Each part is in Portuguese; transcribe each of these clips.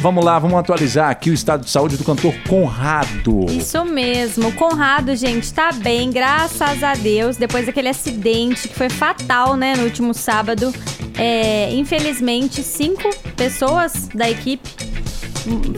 Vamos lá, vamos atualizar aqui o estado de saúde do cantor Conrado. Isso mesmo. O Conrado, gente, tá bem, graças a Deus. Depois daquele acidente que foi fatal, né, no último sábado. É, infelizmente, cinco pessoas da equipe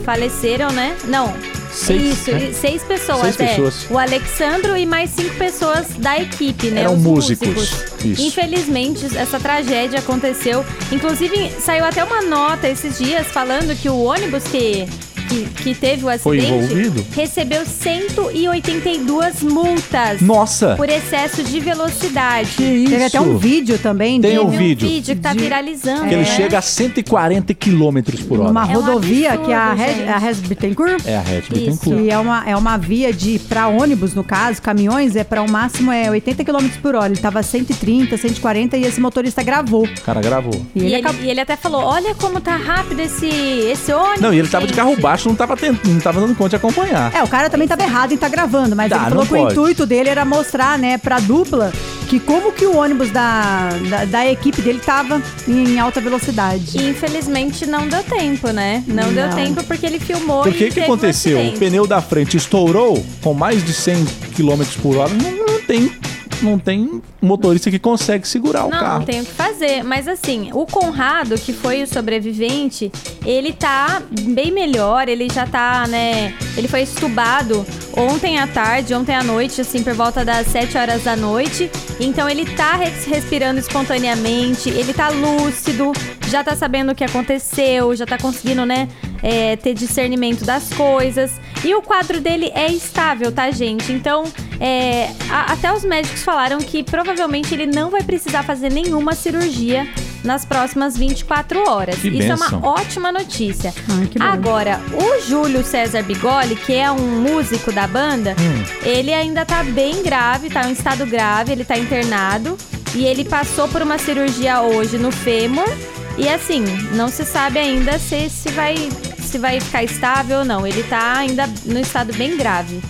faleceram, né? Não. Seis, Isso, né? e- seis pessoas, Seis é. pessoas. O Alexandro e mais cinco pessoas da equipe, né? Eram Os músicos. Isso. Infelizmente, essa tragédia aconteceu. Inclusive, saiu até uma nota esses dias falando que o ônibus que, que, que teve o Foi acidente envolvido? recebeu 182 multas Nossa! por excesso de velocidade. Que isso? Teve até um vídeo também Tem de um Teve vídeo. um vídeo que tá De- viralizando. Que ele né? chega a 140 quilômetros por hora. uma um rodovia que é a absurdo, Res- gente. a Res Bittencourt. É a Hatch Isso. Bittencourt. Que é uma, é uma via de, pra ônibus, no caso, caminhões, é para o máximo é 80 km por hora. Ele tava 130, 140 e esse motorista gravou. O cara gravou. E E ele ele, acabou- e ele até falou: olha como tá rápido esse, esse ônibus. Não, e ele tava de gente." carro baixo, não tava, tent... não tava dando conta de acompanhar. É, o cara também tava errado em tá gravando, mas Tá, ele falou não que o pode. intuito dele era mostrar, né, pra dupla que como que o ônibus da, da, da equipe dele tava em alta velocidade. E infelizmente não deu tempo, né? Não, deu Não. tempo porque ele filmou Por e que que teve um aconteceu? o acidente. pneu da frente estourou com mais de 100 km por hora. Não, não tem, não tem motorista que consegue segurar o Não, carro. não tem o que fazer. Mas assim, o Conrado, que foi o sobrevivente, ele tá bem melhor, ele já tá, né? Ele foi estubado ontem à tarde, ontem à noite, assim, por volta das 7 horas da noite. Então ele tá res- respirando espontaneamente, ele tá lúcido, já tá sabendo o que aconteceu, já tá conseguindo, né? é, ter discernimento das coisas. E o quadro dele é estável, tá, gente? Então, é, a- até os médicos falaram que provavelmente ele não vai precisar fazer nenhuma cirurgia nas próximas 24 horas. Que Isso é bênção. uma ótima notícia. Ai, que bom. Agora, o Júlio César Bigoli, que é um músico da banda, Hum, ele ainda tá bem grave, tá em estado grave, ele tá internado. E ele passou por uma cirurgia hoje no fêmur. E assim, não se sabe ainda se, se, vai, se vai ficar estável ou não. Ele tá ainda no estado bem grave.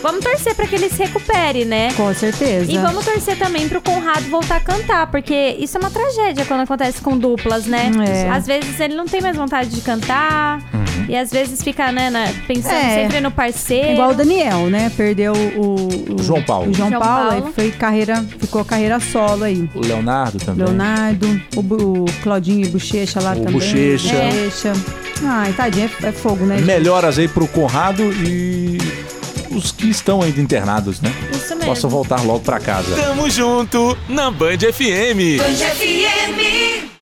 Vamos torcer pra que ele se recupere, né? Com certeza. E vamos torcer também pro Conrado voltar a cantar, porque isso é uma tragédia quando acontece com duplas, né? É. Uhum. Às vezes ele não tem mais vontade de cantar, e às vezes fica, né, na- pensando É. sempre no parceiro. Igual o Daniel, né? Perdeu o, o- João Paulo. o João, João Paulo, Paulo. aí foi carreira, ficou carreira solo aí. O Leonardo também. Leonardo, o, Bu- o Claudinho e Bochecha lá O também. Bochecha. É. Bochecha. Ai, tadinho, é, é fogo, né? gente? Melhoras aí pro Conrado e os que estão ainda internados, né? É. Isso mesmo. Possam voltar logo pra casa. Tamo junto na Band FM. Band FM.